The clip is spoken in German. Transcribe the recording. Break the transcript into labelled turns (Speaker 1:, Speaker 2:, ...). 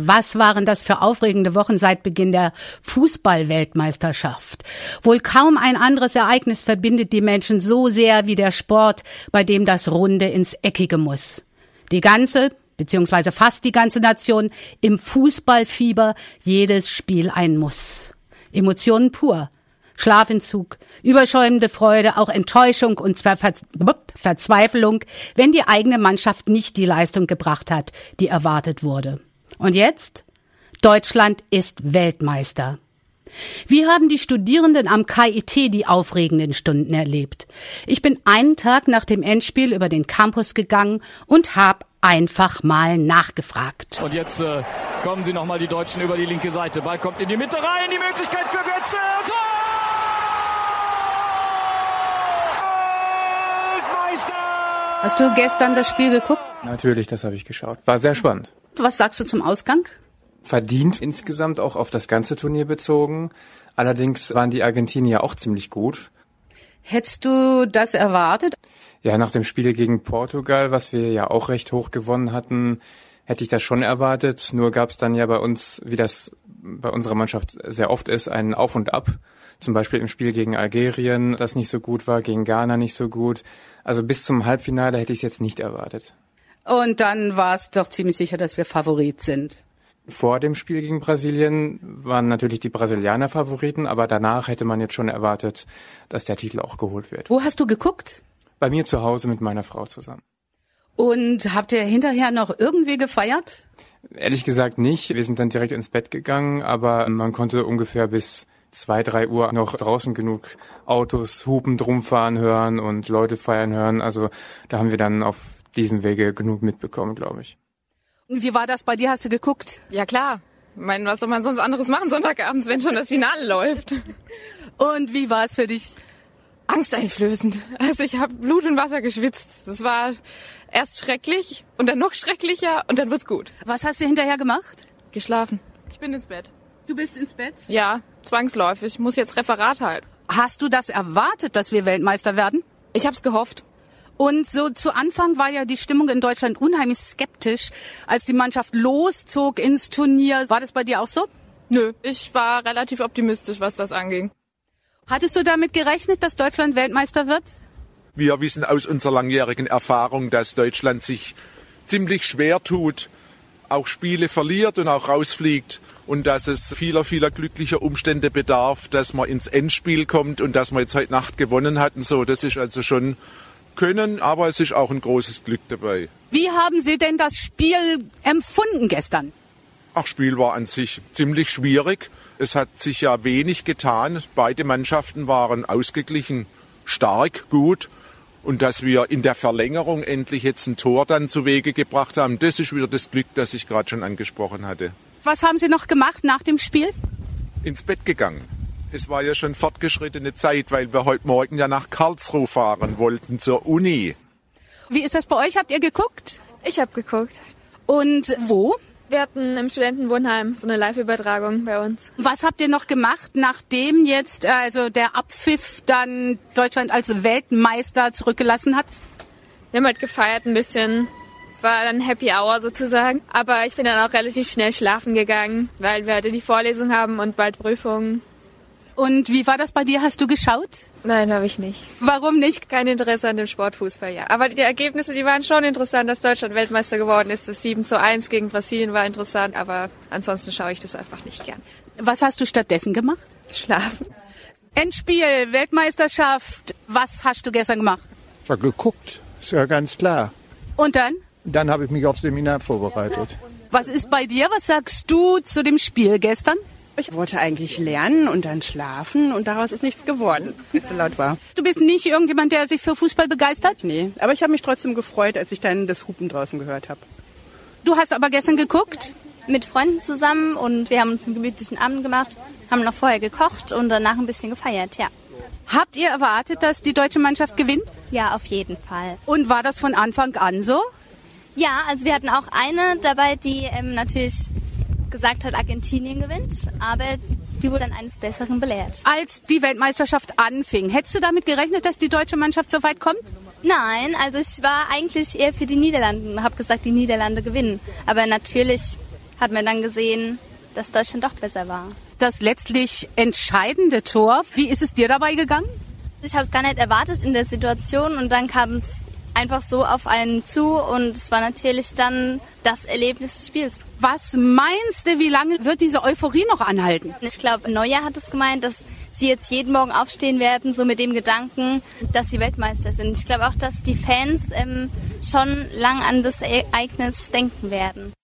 Speaker 1: Was waren das für aufregende Wochen seit Beginn der Fußball-Weltmeisterschaft? Wohl kaum ein anderes Ereignis verbindet die Menschen so sehr wie der Sport, bei dem das Runde ins Eckige muss. Die ganze, beziehungsweise fast die ganze Nation im Fußballfieber, jedes Spiel ein Muss. Emotionen pur. Schlafentzug, überschäumende Freude, auch Enttäuschung und zwar Ver Verzweiflung, wenn die eigene Mannschaft nicht die Leistung gebracht hat, die erwartet wurde. Und jetzt? Deutschland ist Weltmeister. Wie haben die Studierenden am KIT die aufregenden Stunden erlebt? Ich bin einen Tag nach dem Endspiel über den Campus gegangen und habe einfach mal nachgefragt.
Speaker 2: Und jetzt äh, kommen sie nochmal die Deutschen über die linke Seite. Ball kommt in die Mitte rein, die Möglichkeit für Götze. Tor!
Speaker 1: Hast du gestern das Spiel geguckt?
Speaker 3: Natürlich, das habe ich geschaut. War sehr spannend.
Speaker 1: Was sagst du zum Ausgang?
Speaker 3: Verdient insgesamt auch auf das ganze Turnier bezogen. Allerdings waren die Argentinier auch ziemlich gut.
Speaker 1: Hättest du das erwartet?
Speaker 3: Ja, nach dem Spiel gegen Portugal, was wir ja auch recht hoch gewonnen hatten, hätte ich das schon erwartet. Nur gab es dann ja bei uns, wie das bei unserer Mannschaft sehr oft ist, einen Auf und Ab. Zum Beispiel im Spiel gegen Algerien, das nicht so gut war, gegen Ghana nicht so gut. Also bis zum Halbfinale hätte ich es jetzt nicht erwartet.
Speaker 1: Und dann war es doch ziemlich sicher, dass wir Favorit sind.
Speaker 3: Vor dem Spiel gegen Brasilien waren natürlich die Brasilianer Favoriten, aber danach hätte man jetzt schon erwartet, dass der Titel auch geholt wird.
Speaker 1: Wo hast du geguckt?
Speaker 3: Bei mir zu Hause mit meiner Frau zusammen.
Speaker 1: Und habt ihr hinterher noch irgendwie gefeiert?
Speaker 3: Ehrlich gesagt nicht. Wir sind dann direkt ins Bett gegangen, aber man konnte ungefähr bis zwei, drei Uhr noch draußen genug Autos hupen, drumfahren hören und Leute feiern hören. Also da haben wir dann auf diesem Wege genug mitbekommen, glaube ich.
Speaker 1: Wie war das bei dir? Hast du geguckt?
Speaker 4: Ja klar. Ich meine, was soll man sonst anderes machen Sonntagabends, wenn schon das Finale läuft?
Speaker 1: Und wie war es für dich?
Speaker 4: Angsteinflößend. Also ich habe Blut und Wasser geschwitzt. Das war erst schrecklich und dann noch schrecklicher und dann wird's gut.
Speaker 1: Was hast du hinterher gemacht?
Speaker 4: Geschlafen. Ich bin ins Bett.
Speaker 1: Du bist ins Bett?
Speaker 4: Ja, zwangsläufig. Ich muss jetzt Referat halten.
Speaker 1: Hast du das erwartet, dass wir Weltmeister werden?
Speaker 4: Ich hab's gehofft.
Speaker 1: Und so zu Anfang war ja die Stimmung in Deutschland unheimlich skeptisch, als die Mannschaft loszog ins Turnier. War das bei dir auch so?
Speaker 4: Nö, ich war relativ optimistisch, was das anging.
Speaker 1: Hattest du damit gerechnet, dass Deutschland Weltmeister wird?
Speaker 5: Wir wissen aus unserer langjährigen Erfahrung, dass Deutschland sich ziemlich schwer tut, auch Spiele verliert und auch rausfliegt und dass es vieler, vieler glücklicher Umstände bedarf, dass man ins Endspiel kommt und dass man jetzt heute Nacht gewonnen hat und so. Das ist also schon können, aber es ist auch ein großes Glück dabei.
Speaker 1: Wie haben Sie denn das Spiel empfunden gestern?
Speaker 5: Ach, Spiel war an sich ziemlich schwierig. Es hat sich ja wenig getan. Beide Mannschaften waren ausgeglichen, stark, gut. Und dass wir in der Verlängerung endlich jetzt ein Tor dann zu Wege gebracht haben, das ist wieder das Glück, das ich gerade schon angesprochen hatte.
Speaker 1: Was haben Sie noch gemacht nach dem Spiel?
Speaker 5: Ins Bett gegangen. Es war ja schon fortgeschrittene Zeit, weil wir heute Morgen ja nach Karlsruhe fahren wollten zur Uni.
Speaker 1: Wie ist das bei euch? Habt ihr geguckt?
Speaker 6: Ich habe geguckt.
Speaker 1: Und wo?
Speaker 6: Wir hatten im Studentenwohnheim so eine Live-Übertragung bei uns.
Speaker 1: Was habt ihr noch gemacht, nachdem jetzt also der Abpfiff dann Deutschland als Weltmeister zurückgelassen hat?
Speaker 6: Wir haben halt gefeiert ein bisschen. Es war dann Happy Hour sozusagen. Aber ich bin dann auch relativ schnell schlafen gegangen, weil wir heute die Vorlesung haben und bald Prüfungen.
Speaker 1: Und wie war das bei dir? Hast du geschaut?
Speaker 6: Nein, habe ich nicht.
Speaker 1: Warum nicht?
Speaker 6: Kein Interesse an dem Sportfußball, ja. Aber die Ergebnisse, die waren schon interessant, dass Deutschland Weltmeister geworden ist. Das 7 zu 1 gegen Brasilien war interessant, aber ansonsten schaue ich das einfach nicht gern.
Speaker 1: Was hast du stattdessen gemacht?
Speaker 6: Schlafen.
Speaker 1: Endspiel, Weltmeisterschaft. Was hast du gestern gemacht?
Speaker 7: Ich habe geguckt, ist ja ganz klar.
Speaker 1: Und dann?
Speaker 7: Dann habe ich mich aufs Seminar vorbereitet.
Speaker 1: Was ist bei dir? Was sagst du zu dem Spiel gestern?
Speaker 8: Ich wollte eigentlich lernen und dann schlafen und daraus ist nichts geworden, weil es so laut war.
Speaker 1: Du bist nicht irgendjemand, der sich für Fußball begeistert?
Speaker 8: Nee, aber ich habe mich trotzdem gefreut, als ich dann das Hupen draußen gehört habe.
Speaker 1: Du hast aber gestern geguckt?
Speaker 9: Mit Freunden zusammen und wir haben uns einen gemütlichen Abend gemacht, haben noch vorher gekocht und danach ein bisschen gefeiert, ja.
Speaker 1: Habt ihr erwartet, dass die deutsche Mannschaft gewinnt?
Speaker 9: Ja, auf jeden Fall.
Speaker 1: Und war das von Anfang an so?
Speaker 9: Ja, also wir hatten auch eine dabei, die ähm, natürlich gesagt hat, Argentinien gewinnt, aber die wurde dann eines Besseren belehrt.
Speaker 1: Als die Weltmeisterschaft anfing, hättest du damit gerechnet, dass die deutsche Mannschaft so weit kommt?
Speaker 9: Nein, also ich war eigentlich eher für die Niederlande und habe gesagt, die Niederlande gewinnen. Aber natürlich hat man dann gesehen, dass Deutschland doch besser war.
Speaker 1: Das letztlich entscheidende Tor. Wie ist es dir dabei gegangen?
Speaker 9: Ich habe es gar nicht erwartet in der Situation und dann kam es einfach so auf einen zu und es war natürlich dann das Erlebnis des Spiels.
Speaker 1: Was meinst du, wie lange wird diese Euphorie noch anhalten?
Speaker 9: Ich glaube, Neujahr hat es gemeint, dass sie jetzt jeden Morgen aufstehen werden, so mit dem Gedanken, dass sie Weltmeister sind. Ich glaube auch, dass die Fans ähm, schon lang an das Ereignis denken werden.